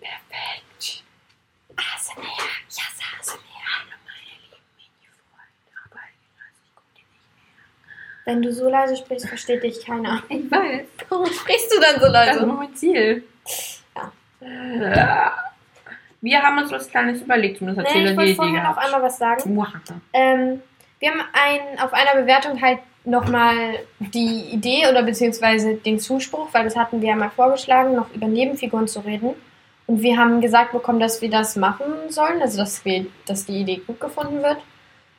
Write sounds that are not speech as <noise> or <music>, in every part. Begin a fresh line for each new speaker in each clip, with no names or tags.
Perfekt. ASMR. Ja, ASMR. Hallo meine lieben Mini-Freunde. Aber ich gucke die nicht
Wenn du so leise sprichst, versteht dich keiner. Ähm,
Ich weiß.
Warum sprichst du dann so
Das ist
leise?
mein Ziel.
Also- Ja.
Wir haben uns was Kleines überlegt und das
Nee, ich
erzählen wir
wollte
dir
vorher noch einmal was sagen.
Muhaha.
Ähm, wir haben ein, auf einer Bewertung halt nochmal die Idee oder beziehungsweise den Zuspruch, weil das hatten wir ja mal vorgeschlagen, noch über Nebenfiguren zu reden. Und wir haben gesagt bekommen, dass wir das machen sollen, also dass, wir, dass die Idee gut gefunden wird.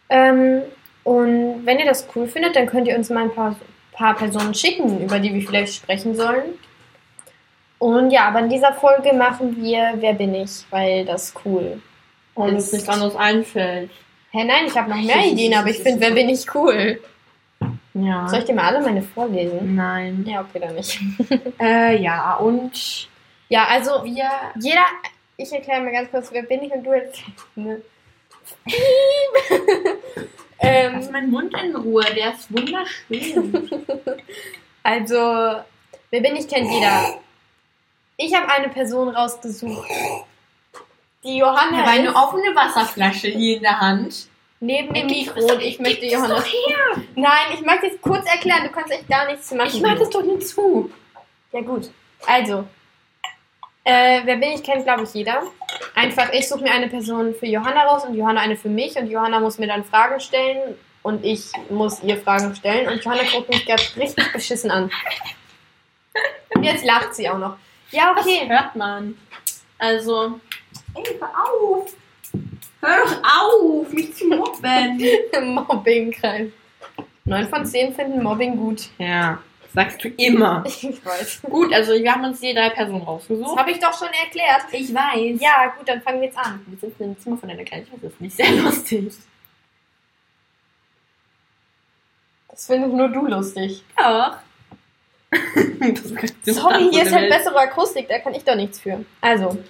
Ähm, und wenn ihr das cool findet, dann könnt ihr uns mal ein paar, paar Personen schicken, über die wir vielleicht sprechen sollen. Und ja, aber in dieser Folge machen wir Wer bin ich, weil das cool.
Und uns
uns nichts
nichts anderes einfällt.
Hä, nein, ich habe noch mehr Ideen, aber ich finde Wer bin ich cool.
Ja.
Soll ich dir mal alle meine vorlesen?
Nein.
Ja, okay, dann nicht.
Äh, ja, und
Ja, also
wir.
jeder. Ich erkläre mal ganz kurz, wer bin ich und du erzählst. Ne? <laughs>
Lass
ähm,
meinen Mund in Ruhe, der ist
<laughs>
wunderschön.
also, wer bin ich, kennt jeder. Ich habe eine Person rausgesucht. Die
Ich
Johanna
habe eine
ist
offene Wasserflasche hier in der Hand.
neben dem Mikro und ich möchte Johanna. Nein, ich möchte es kurz erklären, du kannst echt gar nichts machen.
Ich mach das doch nicht zu.
Ja, gut. Also, äh, wer bin ich, kennt, glaube ich, jeder. Einfach, ich suche mir eine Person für Johanna raus und Johanna eine für mich und Johanna muss mir dann Fragen stellen und ich muss ihr Fragen stellen und Johanna guckt mich gerade richtig beschissen an. Und jetzt lacht sie auch noch. Ja, okay.
Hört man. Also. Ey, hör auf! Hör doch auf, mich zu mobben!
<laughs> Mobbing kreis. Neun von zehn finden Mobbing gut.
<laughs> Ja. Das sagst du immer.
Ich weiß.
Gut, also wir haben uns je drei Personen
Das
rausgesucht.
habe ich doch schon erklärt.
Ich weiß. Ja.
Ja, gut, dann fangen wir jetzt an.
Wir sitzen im Zimmer von einer kleinen Schwester. Das ist nicht sehr <laughs> lustig.
Das findest nur du lustig.
<laughs>
Doch.
Das kannst du
Sorry,
machen,
hier ist halt
Welt.
bessere Akustik, da kann ich doch nichts für. Also,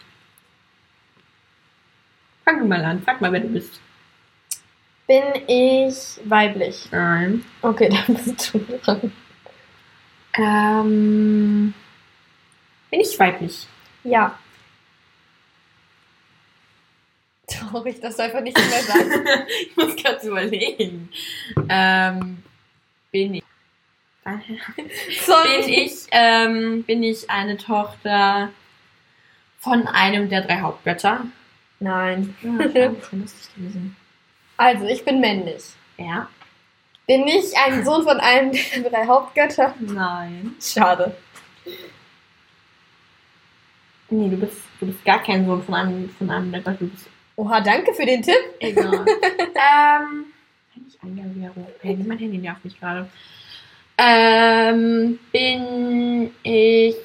Fang du mal an. Frag mal, wer du bist.
Bin ich weiblich?
Nein.
Okay, <laughs> dann bist du dran.
Ähm. Bin ich weiblich?
Ja. Traurig, dass du einfach nichts mehr sagst.
<laughs> ich muss kurz überlegen. Ähm. Bin ich. <laughs> Bin
<laughs> Sorry.
ich, ähm, bin ich eine Tochter von einem der drei Hauptgötter?
Nein.
<laughs> Ja, das ist lustig gewesen.
Also, ich bin männlich.
Ja?
Bin ich ein Sohn von einem der <laughs> drei Hauptgötter?
Nein.
Schade.
Nee, du bist, du bist gar kein Sohn von einem, von einem der Götter. Du bist
Oha, danke für den Tipp.
Egal. <laughs> ähm, bin ich Eingangswährung? Hey, mein Handy nervt mich gerade. Ähm, bin ich.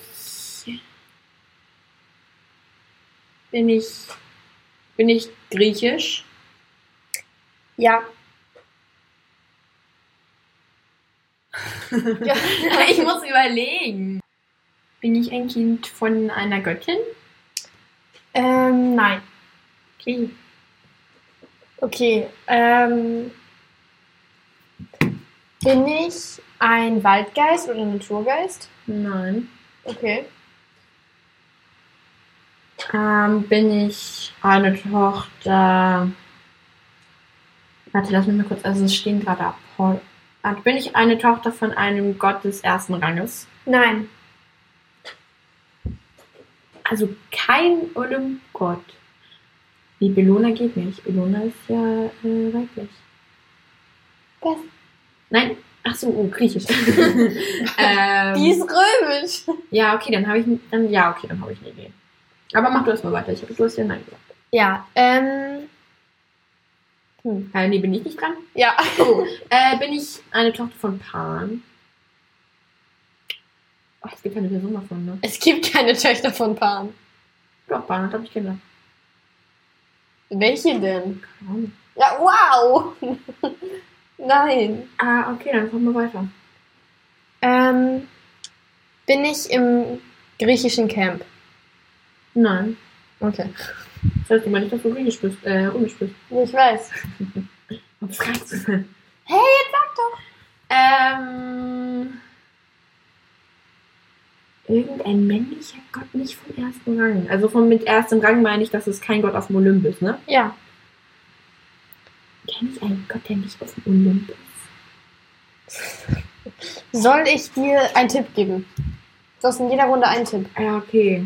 Bin ich. Bin ich griechisch?
Ja. ja.
<laughs> ich muss überlegen. Bin ich ein Kind von einer Göttin?
Ähm, nein.
Okay.
Okay, ähm. Bin ich ein Waldgeist oder Naturgeist?
Nein.
Okay.
Ähm, bin ich eine Tochter. Warte, lass mich mal kurz. Also, es stehen gerade Apoll. Ah, Bin ich eine Tochter von einem Gott des ersten Ranges?
Nein.
Also kein Olymp-Gott. Wie Bellona geht nicht. Bellona ist ja äh, weiblich.
Was?
Nein. Ach so, oh, griechisch. ähm,
Die ist römisch.
Ja, okay, dann habe ich dann ja, okay, dann habe ich eine Idee. Aber mach du erst mal weiter. Ich habe bloß ja nein gesagt.
Ja, ähm. Hm.
Äh, nee, bin ich nicht dran?
Ja. <laughs>
Oh, äh, bin ich eine Tochter von Pan? Oh, es gibt keine Person davon, ne?
Es gibt keine Töchter von Pan.
Doch, Pan hat, glaube ich, Kinder.
Welche denn?
Keine Ahnung.
Ja, wow! <laughs> Nein.
Ah, okay, dann fahren wir weiter.
Ähm. Bin ich im griechischen Camp?
Nein.
Okay.
Das heißt immer nicht, dass du griechisch bist, äh, römisch bist.
Ich weiß.
Was fragst du?
Hey,
jetzt sag doch! Ähm. irgendein männlicher Gott nicht vom ersten Rang. Also von mit erstem Rang meine ich, dass es kein Gott auf dem Olymp ist, ne?
Ja.
Kenne ich einen Gott, der nicht auf dem Olymp ist?
Soll ich dir einen Tipp geben? Du hast in jeder Runde einen Tipp.
Ja, okay.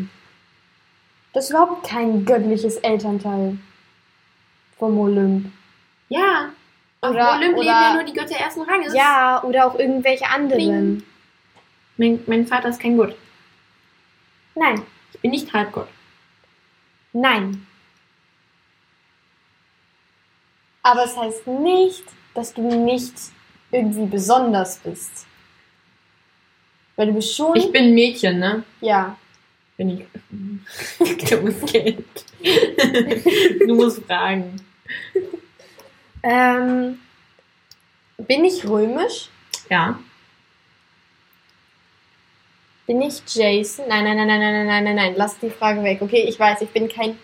Das ist überhaupt kein göttliches Elternteil vom Olymp.
Ja. Auf
Oder-
dem Olymp leben
oder-
ja nur die Götter ersten Ranges.
Ja, oder auch irgendwelche anderen.
Mein, mein Vater ist kein Gott.
Nein,
Ich bin nicht Halbgott.
nein. Aber es heißt nicht, dass du nicht irgendwie besonders bist. Weil du bist schon.
Ich bin ein Mädchen, ne?
ja.
Bin ich. <laughs> Du musst Kind. du musst fragen.
Ähm, bin ich römisch?
Ja.
Bin ich Jason? Nein, nein, nein, nein, nein, nein, nein, nein, nein. Lass die Frage weg. Okay, ich weiß, ich bin kein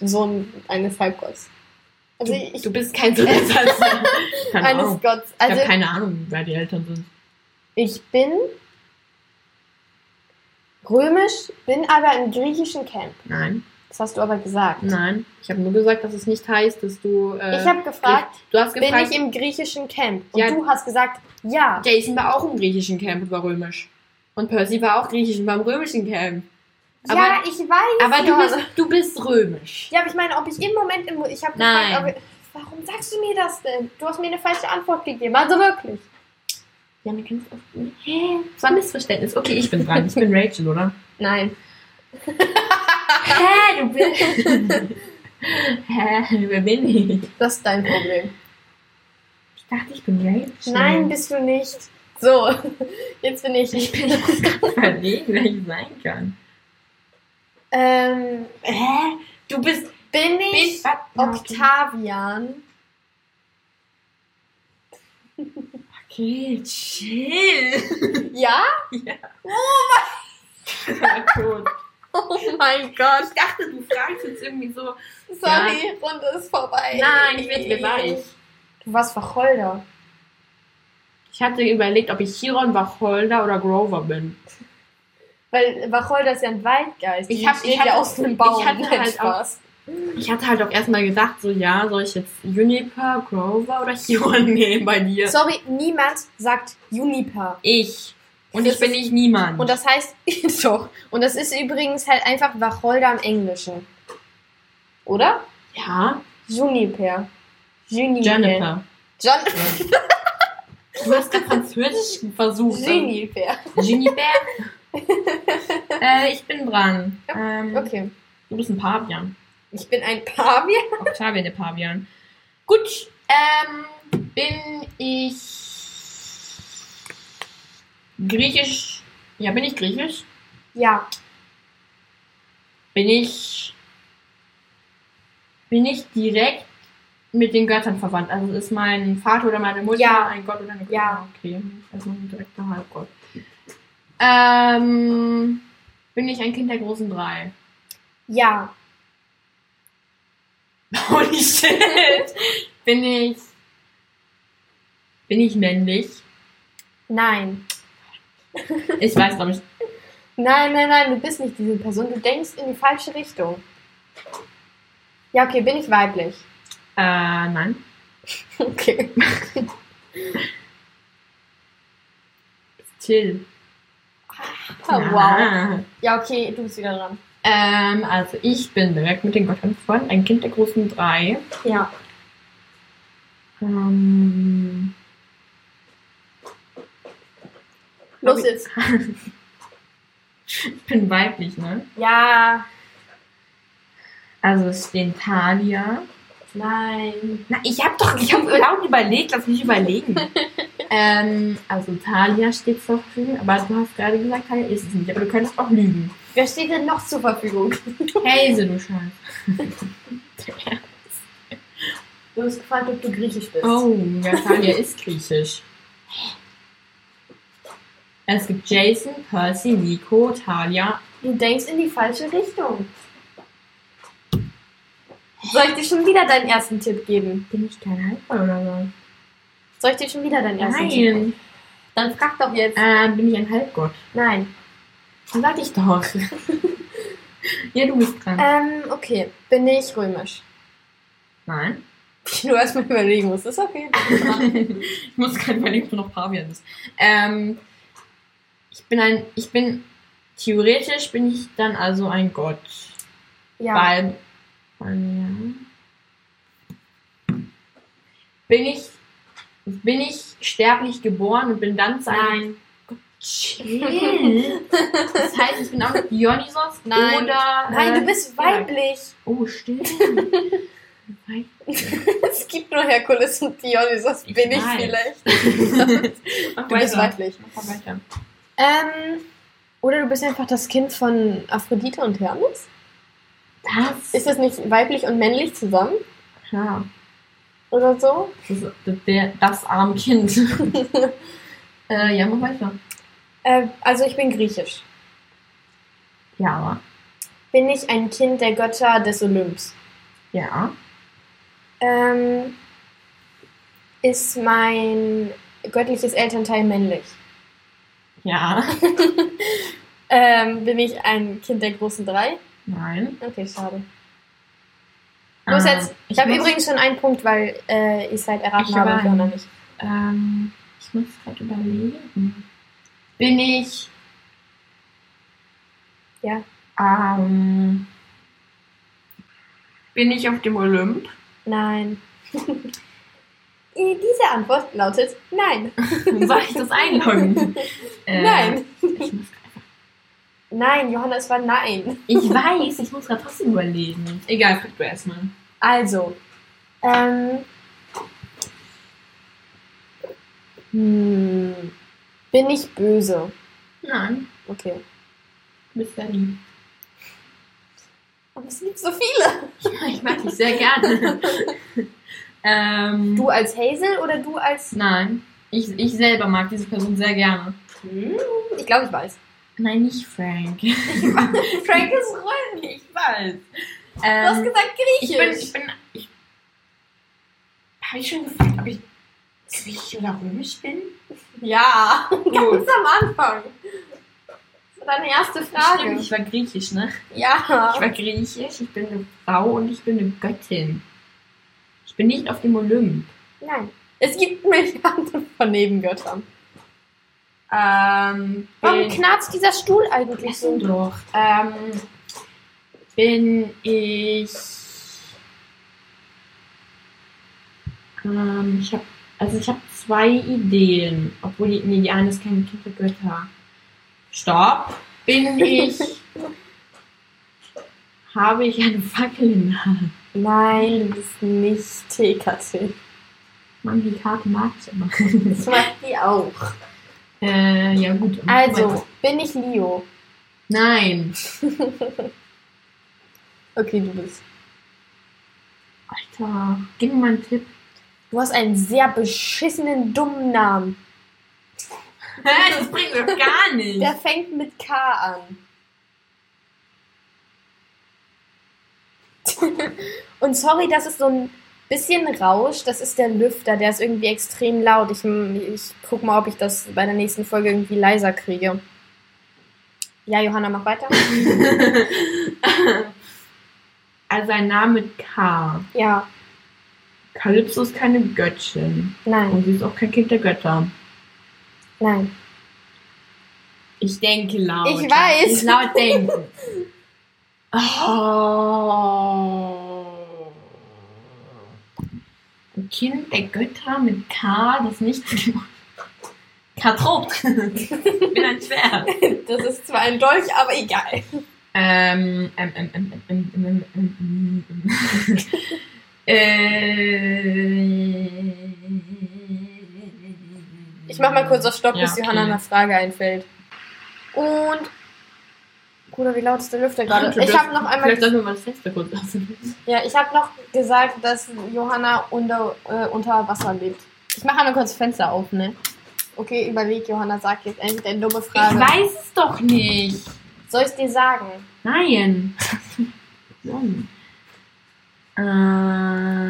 Sohn eines Halbgotts. Also
du,
ich
du bist kein Sohn des Herzens. Keine
eines
Ahnung.
Gotts.
Ich
Also
habe keine Ahnung, wer die Eltern sind.
ich bin römisch, bin aber im griechischen Camp.
Nein,
Das hast du aber gesagt.
nein. Ich habe nur gesagt, dass es nicht heißt, dass du. Äh,
Ich habe gefragt,
Du hast
bin
gefragt.
ich im griechischen Camp? Und
Ja.
du hast gesagt, ja.
Jason war auch im griechischen Camp und war römisch. Und Percy war auch griechisch und war im römischen Camp. Aber,
ja, ich weiß.
aber du,
noch.
bist, du bist römisch.
Ja, aber ich meine, ob ich im Moment im. Ich habe
Nein.
gefragt, ob ich, warum sagst du mir das denn? Du hast mir eine falsche Antwort gegeben. Also wirklich.
Ja, man kann es auch. Hä? Das war ein Missverständnis. Okay, ich bin dran. Ich bin Rachel, oder?
Nein.
<laughs> Hä, du bist. <laughs> Hä, wer bin ich?
Das ist dein Problem.
Ich dachte, ich bin Rachel.
Nein, bist du nicht. So, <laughs> jetzt bin ich.
Hm. ich bin gerade verlegen, wer ich sein kann.
Ähm,
Hä? Du bist.
bin ich
Ich,
Octavian?
Okay, <laughs> chill.
Ja?
Ich war tot.
Oh mein Gott.
Ich dachte, du fragst jetzt irgendwie so.
Sorry, Runde ist vorbei. eh
Nein, ich bin eh gleich.
Du warst Wacholder.
Ich hatte überlegt, ob ich Chiron, Wacholder oder Grover bin.
Weil Wacholder ist ja ein Waldgeist.
Ich
Die
hab-
steht
ich hab-
ja aus dem Baum.
ich
<laughs>
hatte
Nein,
halt auch-
Spaß.
Ich hatte halt auch erstmal gedacht, so ja, soll ich jetzt Juniper, Grover oder <laughs> Chiron nehmen bei dir?
Sorry, niemand sagt Juniper.
Ich. Und
Das
ich bin
ist-
nicht niemand.
Und das heißt, <laughs> doch. Und das ist übrigens halt einfach Wacholder im Englischen. Oder?
ja,
Juniper. Juniper.
Juniper.
John
Du hast gerade Französisch <laughs> versucht.
Juniper.
<laughs> Juniper. äh, ich bin dran. Ähm,
Okay.
Du bist ein Pavian.
Ich bin ein Pavian.
Octavian, der Pavian. Gut, ähm, bin ich griechisch? Ja, bin ich griechisch?
Ja.
Bin ich bin ich direkt mit den Göttern verwandt? Also ist mein Vater oder meine Mutter
Ja.
ein Gott oder eine Göttin?
Ja.
Okay, also ein direkter Halbgott. Ähm, bin ich ein Kind der großen Drei? <laughs>
Ja.
Holy shit! bin ich. Bin ich männlich?
Nein.
Ich weiß, glaube ich.
Nein, nein, nein, du bist nicht diese Person. Du denkst in die falsche Richtung. Ja, okay, bin ich weiblich. <laughs>
Äh, nein.
Okay.
Chill.
Oh, wow.
Ah.
Ja, okay, du bist wieder dran.
Ähm, also ich bin direkt mit den Göttern verwandt, ein Kind der großen Drei.
Ja.
Ähm,
Los
Hab ich-
jetzt.
ich bin weiblich, ne?
Ja.
Also es stehen Talia.
Nein.
Na, ich habe doch, ich habe laut überlegt, lass mich überlegen. <laughs> ähm, also Talia steht zur Verfügung, aber du hast gerade gesagt, Talia ist es nicht, aber du könntest auch lügen.
Wer steht denn noch zur Verfügung?
Käse, du Scheiße.
Du bist gefragt, ob du griechisch bist.
Oh, ja, Talia ist griechisch. Es gibt Jason, Percy, Nico, Talia.
Du denkst in die falsche Richtung. Soll ich dir schon wieder deinen ersten Tipp geben?
Bin ich kein Halbgott oder was?
Soll ich dir schon wieder deinen ersten Tipp geben?
Nein.
Dann frag doch jetzt.
Äh, bin ich ein Halbgott?
Nein.
Sag ich doch. <laughs> Äh. ja, du bist dran.
Ähm, okay. Bin ich römisch? <laughs>
Nein.
Ich nur erstmal überlegen muss. Ist okay. du bist dran.
ich muss gerade überlegen, wo noch Fabian ist. Ähm, ich bin ein, ich bin, theoretisch bin ich dann also ein Gott.
ja.
Weil, weil ja. bin ich bin ich sterblich geboren und bin dann sein
Nein.
<laughs>
Chill. Das heißt, ich bin auch mit Dionysos
Nein.
oder
Nein,
äh,
du bist weiblich. <laughs>
Oh, stimmt. Weib-
Es gibt nur Herkules und Dionysos.
Ich
bin ich
weiß.
vielleicht.
Mach
Du bist
weiter.
weiblich.
Mach mal weiter.
Ähm, oder du bist einfach das Kind von Aphrodite und Hermes?
Das
Ist das nicht weiblich und männlich zusammen?
ja,
Oder so? <laughs>
das, ist der, das arme Kind. äh, ja, mach weiter.
Äh, also ich bin griechisch.
Ja, aber.
Bin ich ein Kind der Götter des Olymps?
Ja.
Ähm, ist mein göttliches Elternteil männlich? <laughs>
Ja.
Ähm, bin ich ein Kind der großen drei?
Nein.
Okay, schade. Los
Ähm,
jetzt. Ich habe
muss-
übrigens schon einen Punkt, weil äh, ihr es halt erraten
Ich
habe und
weiß.
wir auch noch nicht.
Ähm, ich muss gerade überlegen. Bin ich.
Ja.
Ähm, bin ich auf dem Olymp?
Nein.
<laughs>
Äh, Diese Antwort lautet nein.
Soll ich das <laughs> einloggen? Äh,
Nein.
Ich, muss,
Nein, Johanna, es war nein.
ich weiß, ich muss gerade trotzdem überlegen. Egal, frag du erstmal.
Also, ähm, hm, bin ich böse?
Nein,
Okay.
du bist ja lieb.
Aber es gibt so viele.
Ich mag dich sehr gerne. <laughs> ähm,
Du als Hazel oder du als...
nein, ich, ich selber mag diese Person sehr gerne.
Hm, ich glaube, ich
<laughs>
weiß.
Nein, nicht Frank.
Frank ist rund.
Ich weiß.
Du hast
Ähm,
gesagt
ich bin, ich
griechisch.
bin, ich, habe ich schon gefragt, ob ich griechisch oder römisch bin?
ja, <laughs>
Gut.
ganz am Anfang. Das war deine erste Frage.
Stimmt, ich war griechisch, ne?
Ja.
Ich war griechisch, ich bin eine Frau und ich bin eine Göttin. Ich bin nicht auf dem Olymp.
Nein. Es gibt <laughs> Milliarden von Nebengöttern.
Ähm,
Warum
bin,
knarzt dieser Stuhl eigentlich
lassen
so?
doch. Ähm, bin ich, ähm, ich habe, also ich habe zwei Ideen, obwohl die, nee, die eine ist kein Kind der Götter. Stopp. Bin <laughs> ich, habe ich eine Fackel in der Hand?
Nein, das ist nicht TKT.
Mann, die Karte mag ich immer.
Das macht die auch.
Äh, ja gut.
Also, bin ich Leo?
Nein.
Okay, du bist.
Alter, gib mir mal einen Tipp.
Du hast einen sehr beschissenen, dummen Namen.
Hä, das bringt mir <laughs> gar nicht.
Der fängt mit K an. <laughs> Und sorry, das ist so ein bisschen Rausch. Das ist der Lüfter. Der ist irgendwie extrem laut. Ich, ich guck mal, ob ich das bei der nächsten Folge irgendwie leiser kriege. Ja, Johanna, mach <laughs> weiter.
also ein Name mit K.
Ja,
Kalypso ist keine Göttin.
nein,
Und sie ist auch kein Kind der Götter.
nein.
Ich denke laut.
Ich weiß.
Ich laut denken. <laughs> Oh. Ein Kind der Götter mit K, das nicht. Katrop. <laughs> ich bin ein Schwert.
Das ist zwar ein Dolch, aber egal.
Ähm, ähm, ähm, ähm, ähm, ähm, ähm, ähm, ähm, ähm, ähm. Äh,
Ich mach mal kurz auf Stopp,
Ja,
bis Johanna
okay.
eine Frage einfällt. Und. Bruder, wie laut ist der Lüfter gerade? Ich habe noch einmal.
Vielleicht sollten wir mal das Fenster kurz lassen.
Ja, ich habe noch gesagt, dass Johanna unter, äh, unter Wasser lebt. Ich mache einmal kurz das Fenster auf, ne? Okay, überleg, Johanna, sag jetzt endlich deine dumme Frage.
Ich weiß es doch nicht.
Soll ich dir sagen? <laughs>
Nein. äh,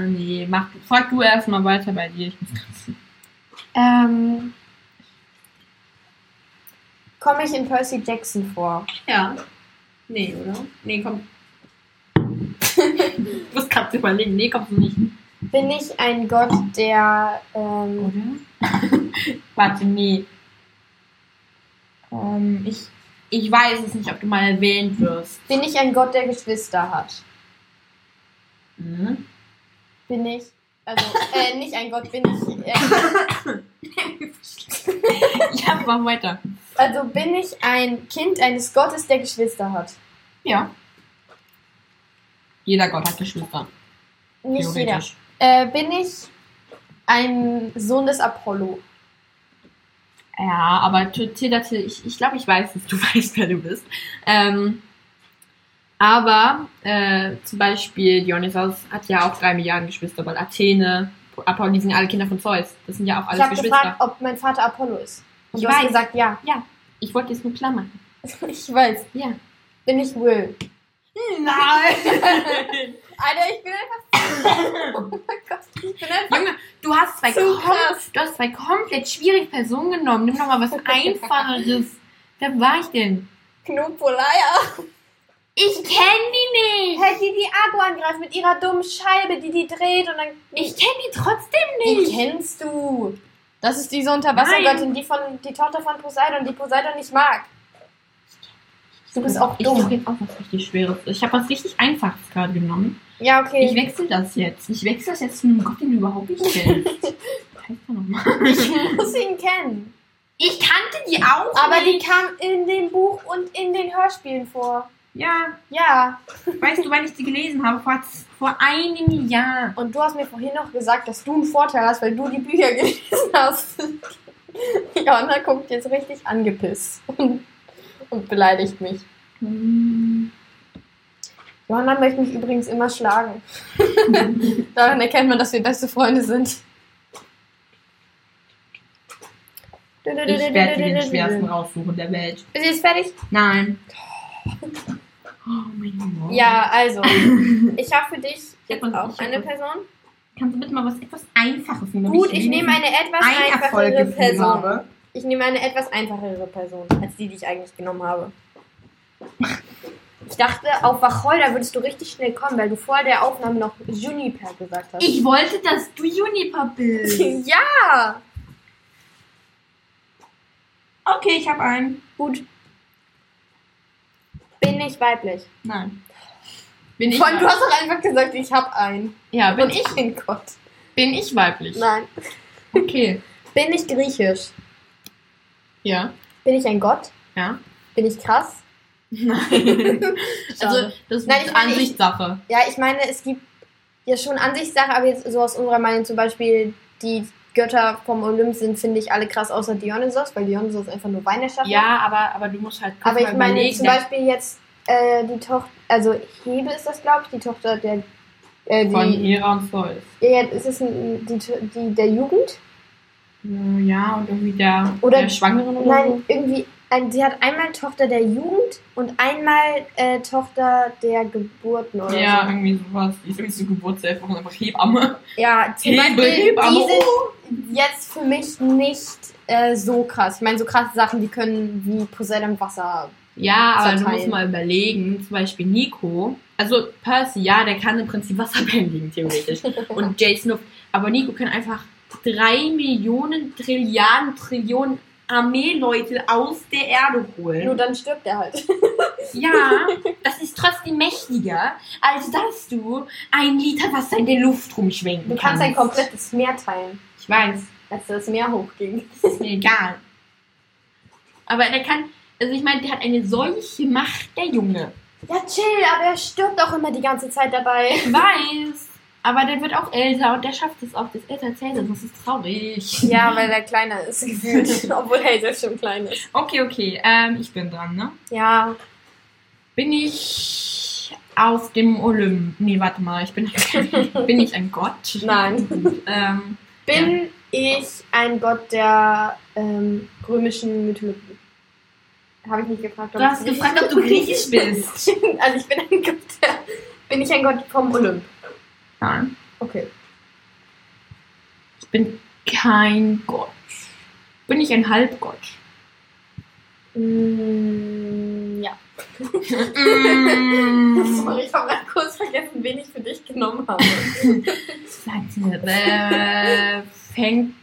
nee, mach, frag du erstmal weiter bei dir. Ich muss ganz
Ähm. komme ich in Percy Jackson vor?
Ja. Nee, oder? Nee,
<laughs>
komm. du musst gerade überlegen. Nee, kommst du nicht.
Bin ich ein Gott, der. Ähm,
<laughs> Warte, nee. Ähm, ich, ich weiß es nicht, ob du mal erwähnt wirst.
bin ich ein Gott, der Geschwister hat?
Mhm.
Bin ich. <laughs> Also, äh, nicht ein Gott, bin ich. Äh,
<laughs> Ja, mach weiter.
also, bin ich ein Kind eines Gottes, der Geschwister hat?
Ja. Jeder Gott hat Geschwister.
Nicht jeder. Äh, bin ich ein Sohn des Apollo?
Ja, aber Till, Till, ich, ich glaube, ich weiß es. <laughs> Du weißt, wer du bist. Ähm, aber äh, zum Beispiel Dionysos hat ja auch drei Milliarden Geschwister, weil Athene, Apollo, die sind ja alle Kinder von Zeus. Das sind ja auch
Ich
alles
habe
Geschwister.
gefragt, ob mein Vater Apollo ist. Und
Ich
du hast
weiß.
gesagt, ja.
Ich wollte jetzt nur klar machen.
<laughs> Ich weiß.
Ja.
Bin ich Will?
<laughs> Nein!
Alter, ich bin einfach. <laughs> oh mein Gott, ich bin einfach.
Junge, du hast zwei,
So
kom
krass.
du hast zwei komplett schwierige Personen genommen. Nimm doch mal <laughs> was Einfacheres. Wer war ich denn?
<laughs> Knopolaya.
Ich kenne die nicht!
Hätte die die Argo angreift mit ihrer dummen Scheibe, die die dreht und dann.
Ich kenne die trotzdem
Die
nicht!
kennst du. Das ist diese Unterwassergöttin, die von die Tochter von Poseidon, die Poseidon nicht mag. Du bist auch
Ich habe
dumm.
jetzt auch was richtig Schweres. Ich habe was richtig Einfaches gerade genommen.
Ja,
Ich
okay.
wechsle das jetzt. Ich wechsle das jetzt zu einem Gott, den du überhaupt nicht <laughs> kennst. Was heißt der nochmal?
Ich muss ihn kennen.
Ich kannte die auch
Aber die
nicht.
kam in dem Buch und in den Hörspielen vor.
Ja,
Ja.
weißt du, weil ich sie gelesen habe, vor, vor einem Jahr.
Und du hast mir vorhin noch gesagt, dass du einen Vorteil hast, weil du die Bücher <laughs> gelesen hast. Jonna guckt jetzt richtig angepisst und, und beleidigt mich.
Hm.
Jonna möchte mich übrigens immer
<laughs>
schlagen. Daran erkennt man, dass wir beste Freunde sind. Ich
Ich werde dir den schwersten raussuchen der Welt.
Bist du jetzt fertig?
Nein. Oh mein Gott.
Ja, also.
<laughs>
Ich habe für dich
hab
jetzt
uns-
auch
ich hab
eine
uns-
Person.
Kannst du bitte mal was etwas Einfaches nehmen?
Gut, ich nehme eine etwas einfachere Person.
Habe.
Ich nehme eine etwas einfachere Person als die, die ich eigentlich genommen habe. Ich dachte, auf Wacholder würdest du richtig schnell kommen, weil du vor der Aufnahme noch Juniper gesagt hast.
Ich wollte, dass du Juniper
<laughs>
bist.
ja!
<laughs> okay, ich habe einen.
Gut. Bin ich weiblich?
Nein. Bin ich
Vor allem, du
weiblich?
hast doch einfach gesagt, ich hab einen.
Ja, bin
Und
ich,
ich bin Gott.
bin ich weiblich?
<laughs> Nein.
Okay.
Bin ich griechisch?
Ja.
Bin ich ein Gott? <laughs>
Ja.
Bin ich krass?
Nein. also,
Schade.
das ist
Nein, ich meine, ich-
Ansichtssache.
Ja, ich meine, es gibt ja schon Ansichtssache, aber jetzt so aus unserer Meinung zum Beispiel die Götter vom Olymp sind, finde ich alle krass, außer Dionysos, weil Dionysos einfach nur Wein erschafft. hat.
Ja, aber, aber du musst halt kurz
aber ich
mal
meine
überlegen,
zum Beispiel jetzt äh, die Tochter, also Hebe ist das, glaube ich, die Tochter der. Äh, die,
von Hera und Zeus.
ja, ja, ist es ein, die, die der Jugend?
Ja, und irgendwie der,
Oder-
der Schwangeren oder so.
Nein, irgendwie. Ein, sie hat einmal Tochter der Jugend und einmal äh, Tochter der Geburten oder
Ja,
so.
irgendwie sowas. Die ist irgendwie zur Geburtshilfe und einfach Hebamme.
Ja, zum
Hebe,
Beispiel
Hebamme,
die sind jetzt für mich nicht äh, so krass. Ich meine, so krasse Sachen, die können wie Poseidon Wasser.
Ja, aber du
Verteilen.
musst mal überlegen, zum Beispiel Nico, also Percy, ja, der kann im Prinzip Wasserbändigen, theoretisch.
<laughs>
Und Jay Snoop. Aber Nico kann einfach drei Millionen, Trilliarden, Trillionen Armeeleute aus der Erde
Nur
holen.
dann stirbt er halt.
Ja, das ist trotzdem mächtiger, als dass du ein Liter Wasser in der Luft rumschwenken
Du kannst ein komplettes Meer teilen,
Ich weiß.
als das Meer hochging.
ist mir egal. Aber der kann, also ich meine, der hat eine solche Macht, der Junge.
Ja, chill, aber er stirbt auch immer die ganze Zeit dabei.
Ich weiß. Aber der wird auch älter und der schafft es auch, das älter zu älter. Das ist traurig.
Ja, weil er kleiner ist, <laughs> gefühlt. Obwohl er selbst schon klein ist.
Okay, okay. Ähm, ich bin dran, ne?
Ja,
Bin ich auf dem Olymp? Nee, warte mal. Ich bin, <laughs> bin ich ein Gott?
nein.
Ähm,
Bin ich ein Gott der ähm, römischen Mythologie? Habe ich nicht gefragt.
du hast gefragt,
<laughs>
ob du griechisch bist.
bist. also ich bin ein Gott der... Bin ich ein Gott vom Olymp?
Nein.
Okay.
Ich bin kein Gott. Bin ich ein Halbgott?
Mm, ja.
Mm.
Sorry, ich habe gerade kurz vergessen, wen ich für dich genommen
<laughs>
habe.
äh, fängt.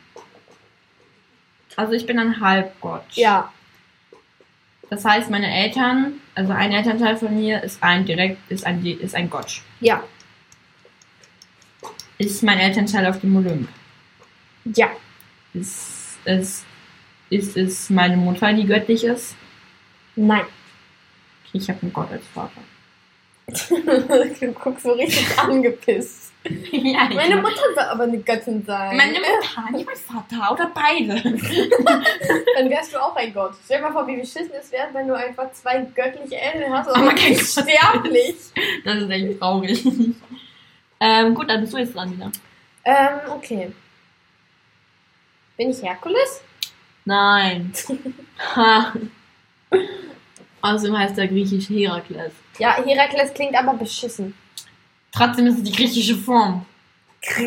Also ich bin ein Halbgott.
Ja.
Das heißt, meine Eltern, also ein Elternteil von mir ist ein direkt, ist ein, ist ein Gott.
Ja.
Ist mein Elternteil auf dem Olymp.
Ja.
Ist es, ist es meine Mutter, die göttlich ist?
Nein.
Okay, ich habe einen Gott als Vater.
<laughs>
<laughs>
du guckst so richtig angepisst.
ja, ich
Meine Mutter soll aber eine Göttin sein.
meine Mutter, nicht mein Vater oder beide. <laughs>
Dann wärst du auch ein Gott. Stell dir mal vor, wie beschissen es wäre, wenn du einfach zwei göttliche Eltern hast
Aber
und
kein
bist sterblich.
Das ist echt traurig. <laughs> ähm, gut, dann bist du jetzt dran wieder.
Ähm, okay. Bin ich Herkules?
Nein. ha. Außerdem heißt er griechisch Herakles.
Ja, Herakles klingt aber beschissen.
Trotzdem ist es die griechische Form.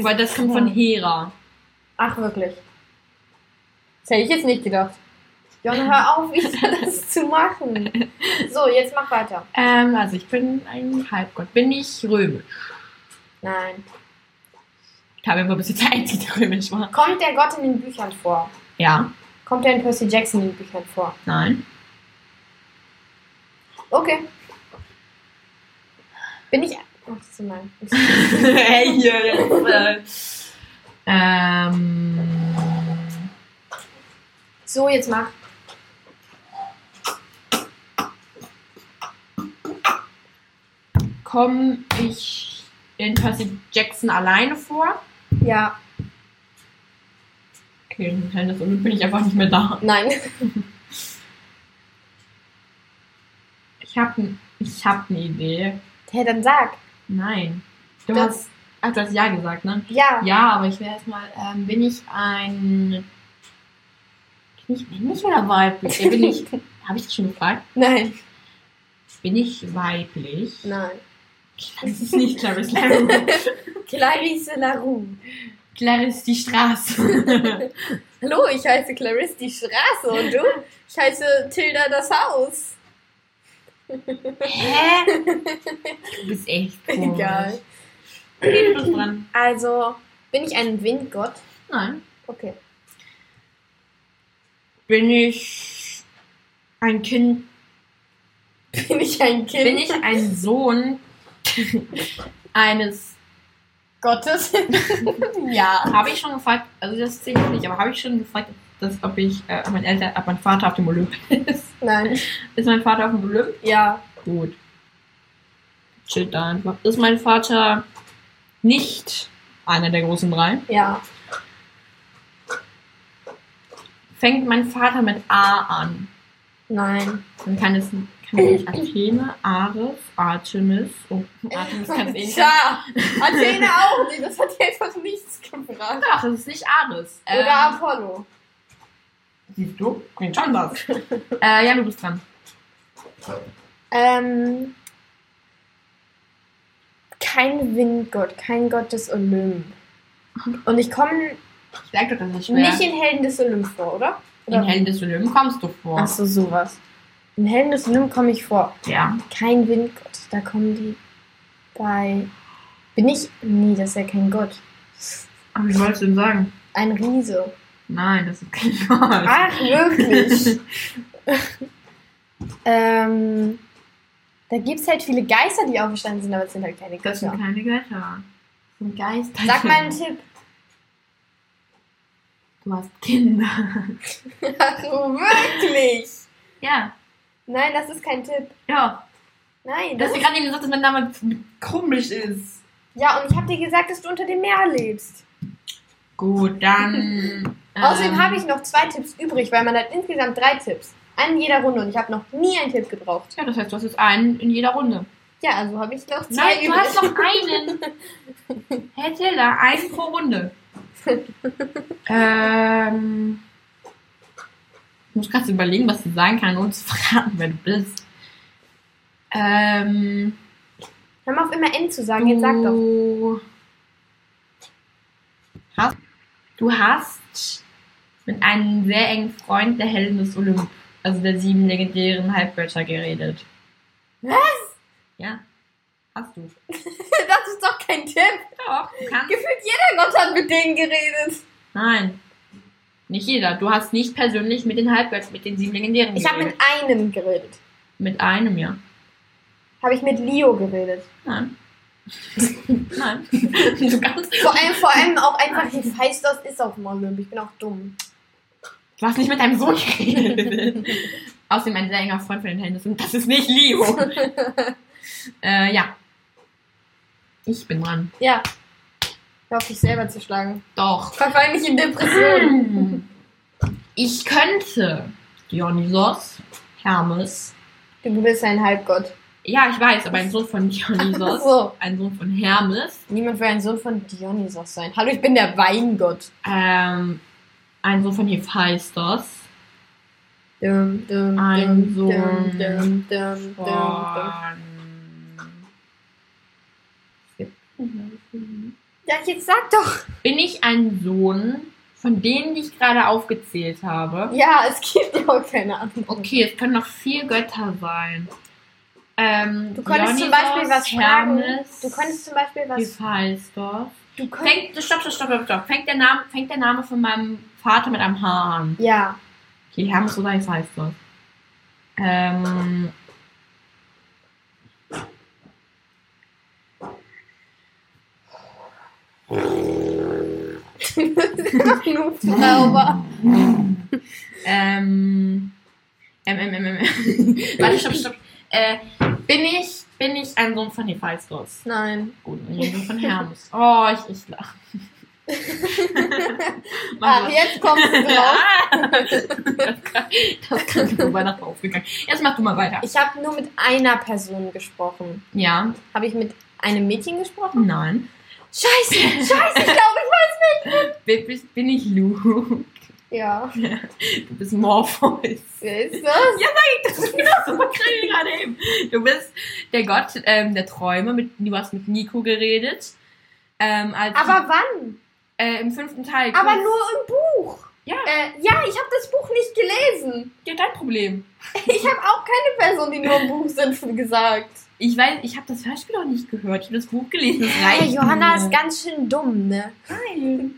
Weil das kommt von Hera.
Ach, wirklich. Das hätte ich jetzt nicht gedacht. Jon, hör auf, <laughs> wieder das zu machen. So, jetzt mach weiter.
Ähm, also ich bin ein Halbgott. Bin ich römisch?
Nein.
Ich habe immer bis jetzt der einzige, der römisch war.
Kommt der Gott in den Büchern vor?
Ja.
Kommt er in Percy Jackson in den Büchern vor?
Nein.
Okay. Bin ich. Ach so, nein.
<laughs>
<laughs>
hey, hier <laughs> jetzt. Äh, ähm.
So, jetzt mach.
Komme ich in Percy Jackson alleine vor?
Ja,
Okay, im Hotel des Olymp bin ich einfach nicht mehr da.
nein.
Ich hab, n- ich hab eine Idee.
Hey, dann sag.
Nein. Du
Das-
hast, ach, du hast ja gesagt, ne?
Ja.
Ja, aber ich wäre erstmal, ähm, bin ich ein, bin ich männlich oder weiblich? Ja,
<laughs>
Bin ich, habe ich das schon gefragt?
Nein.
Bin ich weiblich?
Nein.
Das ist nicht Clarice Larry.
<laughs> Clarisse Larue.
Clarice die Straße.
Hallo, ich heiße Clarisse die Straße und du? Ich heiße Tilda das Haus.
Hä? <laughs> Du bist echt komisch.
Egal.
Okay, du bist dran.
Also, bin ich ein Windgott?
Nein.
Okay.
Bin ich ein Kind?
<laughs> Bin ich ein Kind
Bin ich
<laughs>
ein Sohn eines?
Gottes? <laughs> ja.
Habe ich schon gefragt? Also das zählt nicht, aber habe ich schon gefragt, dass, ob ich äh, mein Eltern, ob mein Vater auf dem Olymp <laughs> ist?
Nein.
Ist mein Vater auf dem Olymp?
Ja.
Gut. Chillt da einfach. Ist mein Vater nicht einer der großen drei?
Ja.
Fängt mein Vater mit A an?
Nein.
Dann kann es kann es nicht Athene, Ares, Artemis. Oh, Artemis kann es
<laughs>
eh nicht.
Ja. Athene auch nicht. Das hat dir einfach nichts gebracht.
Ach, es ist nicht Ares. Ähm,
Oder Apollo.
Siehst du? Klingt schon was.
<laughs>
äh, ja, du bist dran.
Ähm. Kein Windgott, kein Gott des Olymp. Und ich komme
Ich sag doch, das ist
nicht in Helden des Olymp vor, oder?
in, in Helden des Olymp kommst du vor.
Ach so, sowas. In Helden des Olymp komme ich vor.
Ja.
Kein Windgott. Da kommen die bei. Bin ich. Nee, das ist ja kein Gott.
Aber wie wolltest du denn sagen?
Ein Riese.
Nein, das ist kein Gott.
Ach,
<laughs>
wirklich? ähm, da gibt es halt viele Geister, die aufgestanden sind, aber es sind halt keine
Das sind
Götter.
keine Götter. Das sind Geister.
Sag
<laughs>
mal einen Tipp.
Du hast Kinder.
Ach, wirklich?
Ja.
Nein, das ist kein Tipp.
Ja.
Nein.
Du
Das
hast mir gerade eben gesagt, dass mein Name komisch ist.
ja, und ich habe dir gesagt, dass du unter dem Meer lebst.
Gut, dann. ähm,
Außerdem habe ich noch zwei Tipps übrig, weil man hat insgesamt drei Tipps. An jeder Runde und ich habe noch nie einen Tipp gebraucht.
Ja, das heißt, du hast jetzt einen in jeder Runde.
Ja, also habe ich noch zwei
Nein, du
übrig.
hast noch einen. <laughs> Herr Tiller, einen pro Runde. ähm, ich muss gerade überlegen, was sie sagen kann, ohne zu verraten, wer du bist. Ähm,
Hör mal auf immer N zu sagen,
du,
jetzt sag doch.
Hast, du hast mit einem sehr engen Freund der Helden des Olymp also der sieben legendären Halbgötter geredet.
Was?
Ja. Hast du.
<laughs> Das ist doch kein Tipp.
Doch, du kannst.
Gefühlt jeder Gott hat mit denen geredet.
Nein. Nicht jeder. Du hast nicht persönlich mit den Halbgöttern, mit den sieben legendären
Ich habe mit
geredet.
einem geredet.
mit einem, ja.
Habe ich mit Leo geredet.
Nein. <laughs>
<laughs>
Nein. Du kannst.
Vor allem, vor allem auch einfach,
<laughs>
Hephaistos ist auf Mollum. Ich bin auch dumm.
Du hast nicht mit deinem Sohn geredet. <laughs> Außerdem ein sehr enger Freund von den Händen und das ist nicht Leo.
<laughs>
äh, ja. Ich bin dran.
Ja. Hör auf, dich selber zu schlagen.
Doch.
Verfall nicht in Depressionen.
<clears throat> Ich könnte Dionysos, Hermes.
Du bist ein Halbgott.
Ja, ich weiß, aber ein Sohn von
<laughs> Ach
Dionysos.
So.
Ein Sohn von Hermes.
Niemand will ein Sohn von Dionysos sein. Hallo, ich bin der Weingott.
Ähm, ein Sohn von Hephaistos.
Dum, dum,
Ein
dum,
Sohn
dum, dum, dum, dum, dum.
Von
Ja, jetzt sag doch.
Bin ich ein Sohn von denen, die ich gerade aufgezählt habe?
Ja, es gibt ja auch keine anderen.
Okay, es können noch vier Götter sein. Ähm,
Du konntest zum
Dionysos,
Beispiel was
Hermes,
fragen. Du konntest zum Beispiel was.
Hephaistos.
Du konntest.
Fängt, stopp, stopp, stopp, stopp, stopp. Fängt der Name, fängt der Name von meinem Vater mit einem H an.
Ja.
Okay, Hermes oder Hephaistos. Ähm.
Nur Zauber.
Ähm. Ähm, ähm, ähm, ähm. <laughs> Warte, stopp, stopp. Äh, bin ich, bin ich ein Sohn von Hephaistos?
Nein.
Gut, ein Sohn von Hermes. Oh, ich,
<laughs>
ich lach.
Ach, Ah, jetzt
<laughs>
kommst du drauf.
Ah! <laughs> Das kann ich nur Weihnachten aufgegangen. Jetzt mach du mal weiter.
Ich habe nur mit einer Person gesprochen.
Ja,
Habe ich mit einem Mädchen gesprochen?
nein.
Scheiße, scheiße, ich glaube
Bin, bist- bin ich Luke?
ich. Ja.
Du bist Morpheus.
Wer ist das?
<laughs> Das ist wieder Genau, so kriege gerade eben. Du bist der Gott ähm, der Träume. Mit, du hast mit Nico geredet. Ähm, als
Aber wann?
äh, im fünften Teil.
Aber nur im Buch.
Ja.
Äh, ja, ich habe das Buch nicht gelesen.
Ja, dein Problem.
Ich habe auch keine Person, die nur im Buch sind, <laughs> gesagt.
Ich weiß, ich habe das Hörspiel auch nicht gehört. Ich habe das Buch gelesen. Das reicht
Hey, Johanna
mir.
ist ganz schön dumm, ne?
geil.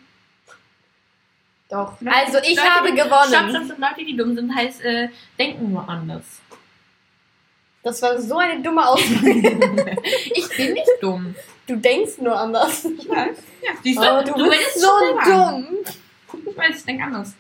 Doch.
Leute,
Also, ich
Leute,
habe
die-
gewonnen.
Stopp, stopp, stopp. Leute, die dumm sind, heißt, äh, denken
<laughs>
nur anders.
Das war so eine dumme Aussage.
ich bin nicht dumm.
<laughs> du denkst nur anders.
Ich weiß. Ja, siehst
Aber Oh, du, bist so
schneller.
dumm.
Ich weiß, ich denke anders.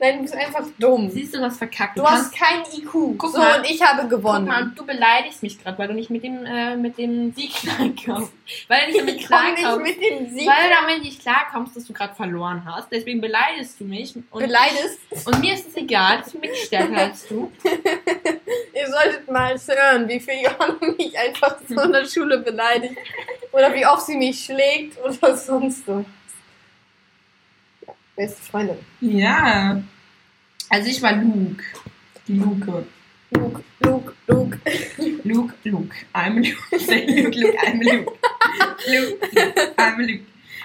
Nein, du bist einfach dumm.
Siehst du, was verkackt.
Du hast keinen IQ.
Guck
so,
mal.
und ich habe
Guck
gewonnen.
mal, du beleidigst mich gerade, weil du nicht mit dem, äh, mit dem Sieg <laughs> klarkommst. Weil du
<laughs> ich
nicht damit
komme nicht
klarkommst.
mit dem Sieg.
Weil du damit nicht klarkommst, dass du gerade verloren hast. Deswegen beleidigst du mich. Und,
Beleidigst.
und mir ist es egal, ich bin nicht stärker als du.
Ihr solltet mal hören, wie viel Johanna mich einfach so in der Schule beleidigt. Oder wie oft sie mich schlägt oder sonst so. Ja, Beste Freundin.
Ja. Also ich war Luke. Luke.
Luke, Luke, Luke.
Luke, Luke. I'm Luke. <laughs> Luke, Luke, I'm Luke. Luke, Luke, I'm Luke.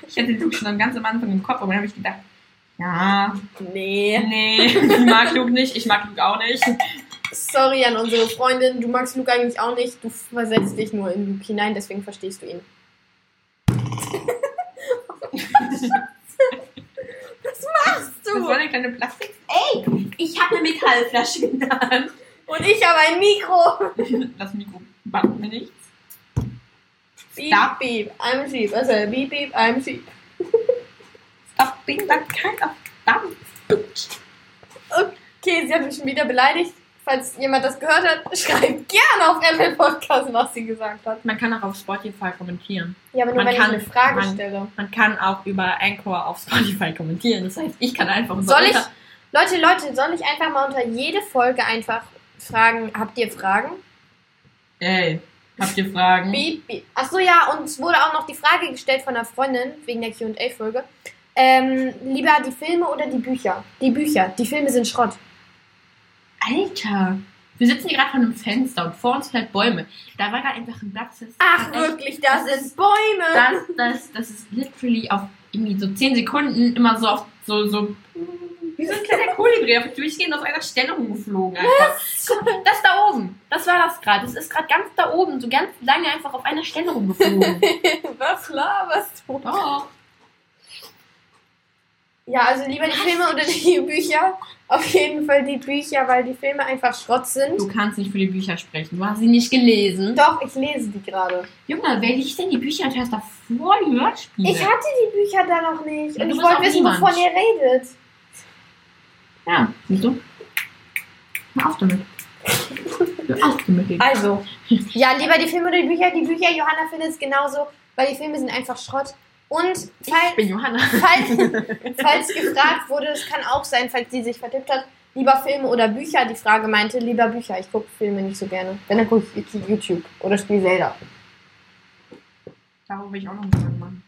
Ich hatte Luke schon ganz am Anfang im Kopf, aber dann habe ich gedacht, ja,
Nee.
nee, ich mag Luke nicht, ich mag Luke auch nicht.
Sorry an unsere Freundin. Du magst Luke eigentlich auch nicht. Du versetzt dich nur in Luke hinein, deswegen verstehst du
<laughs>
ihn. Was machst
Das war
du?
eine kleine Plastik.
Ich habe eine Metallflasche in der Hand.
Und ich habe ein Mikro.
Das Mikro macht mir nichts.
Beep, beep, I'm a sheep. Also, beep, beep, I'm a sheep.
Das Ding war kein auf Dampf.
Okay, sie hat mich schon wieder beleidigt. Falls jemand das gehört hat, <laughs> schreibt gerne auf Apple Podcast, was sie gesagt hat.
Man kann auch auf Spotify kommentieren.
Ja, aber nur
Man
wenn
kann-
ich eine Frage
man-
stelle.
Man kann auch über Anchor auf Spotify kommentieren. Das heißt, ich kann einfach über
Soll ich,
unter-
Leute, Leute, soll ich einfach mal unter jede Folge einfach fragen, habt ihr Fragen?
Ey, habt ihr Fragen?
Beep, beep. Ach so, ja, uns wurde auch noch die Frage gestellt von einer Freundin wegen der Q&A-Folge. Ähm, lieber die Filme oder die Bücher? Die Bücher. Die Filme sind Schrott.
Alter, wir sitzen hier gerade vor einem Fenster und vor uns halt Bäume. Da war gerade einfach ein Blatt. Das ist
Ach,
echt-
wirklich, das,
das
sind Bäume.
Das, das, das ist literally auf irgendwie so 10 Sekunden immer so auf so, so Wie
Wie so ein kleiner Kolibri, auf durchgehend auf einer Stelle rumgeflogen. Einfach.
Das da oben. Das war das gerade. Das ist gerade ganz da oben, so ganz lange einfach auf einer Stelle rumgeflogen.
Was laberst du?
Oh.
Ja, also lieber die Filme oder die <laughs> Bücher. Auf jeden Fall die Bücher, weil die Filme einfach Schrott sind.
Du kannst nicht für die Bücher sprechen. Du hast sie nicht gelesen.
Doch, ich lese die gerade.
Junge, wer liest denn die Bücher und hörst davor die Hörspiele?
Ich hatte die Bücher da noch nicht.
Ja,
Und ich
du bist
wollte
auch
wissen,
niemand.
wovon ihr redet.
ja, siehst du? Hör auf damit. Hör auf damit.
Also, ja, lieber die Filme oder die Bücher. Die Bücher, Johanna findet es genauso, weil die Filme sind einfach Schrott. Und
Ich
falls,
bin Johanna. <laughs>
falls, falls gefragt wurde, es kann auch sein, falls sie sich vertippt hat, lieber Filme oder Bücher. Die Frage meinte, lieber Bücher. Ich gucke Filme nicht so gerne. Wenn, dann gucke ich YouTube oder spiele Zelda.
Darüber will ich auch noch mal machen.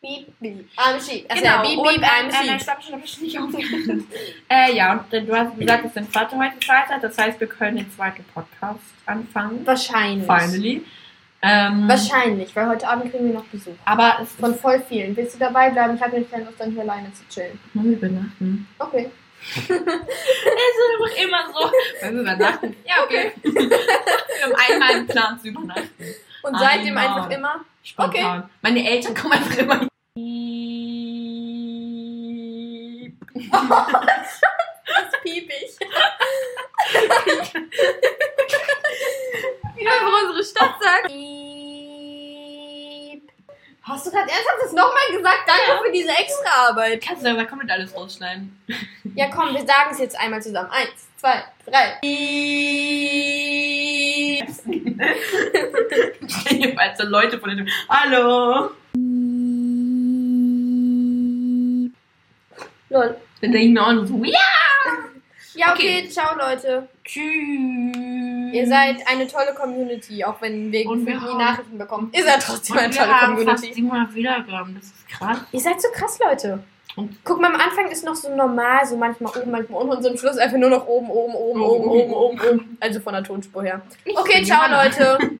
Beep, beep, I'm she. Also,
Genau,
beep,
und,
beep, I'm
äh,
she.
nein, ich glaub, ich hab mich nicht aufgehört. <laughs> äh, ja, und äh, du hast gesagt, es sind Vater heute Freitag, das heißt, wir können den zweiten Podcast anfangen.
Wahrscheinlich.
Finally. Ähm,
Wahrscheinlich, weil heute Abend kriegen wir noch Besuch.
aber es
Von voll vielen. Willst du dabei bleiben? Ich habe nämlich keine Lust, dann hier alleine zu chillen.
Wollen wir übernachten?
<laughs> Okay.
Das ist doch immer so. Wollen wir übernachten? Ja, okay. wir haben einmal einen Plan zu übernachten.
Und
Ah,
seitdem
genau.
einfach immer.
Spontan. Meine Eltern kommen einfach immer.
Piepig.
Wieder über unsere Stadt sagt.
Piep. Hast du gerade ernsthaft das nochmal gesagt? Danke für diese extra Arbeit.
Kannst du da komplett alles rausschneiden?
Ja, komm, wir sagen es jetzt einmal zusammen. Eins, zwei, drei. Piep.
Jedenfalls so Leute von der Tür. Hallo!
Lol.
Dann denke ich mir auch nur so, ja!
Ja, okay,
Okay.
ciao, Leute.
Tschüss!
Ihr seid eine tolle Community, auch wenn wir
Mhm. Und wir
nie
haben-
Nachrichten bekommen. Ihr seid trotzdem
Und
eine
wir
tolle
haben fast
Community.
700 Wiedergaben, das ist krass.
Ihr seid so krass, Leute.
Und-
Guck mal, am Anfang ist noch so normal, so manchmal oben, manchmal unten und so am Schluss einfach nur noch oben, oben, oben, oben,
Oben,
oben, oben,
oben,
oben. Also von der Tonspur her.
Ich
Okay,
bin
ciao,
<laughs> Johanna.
Leute.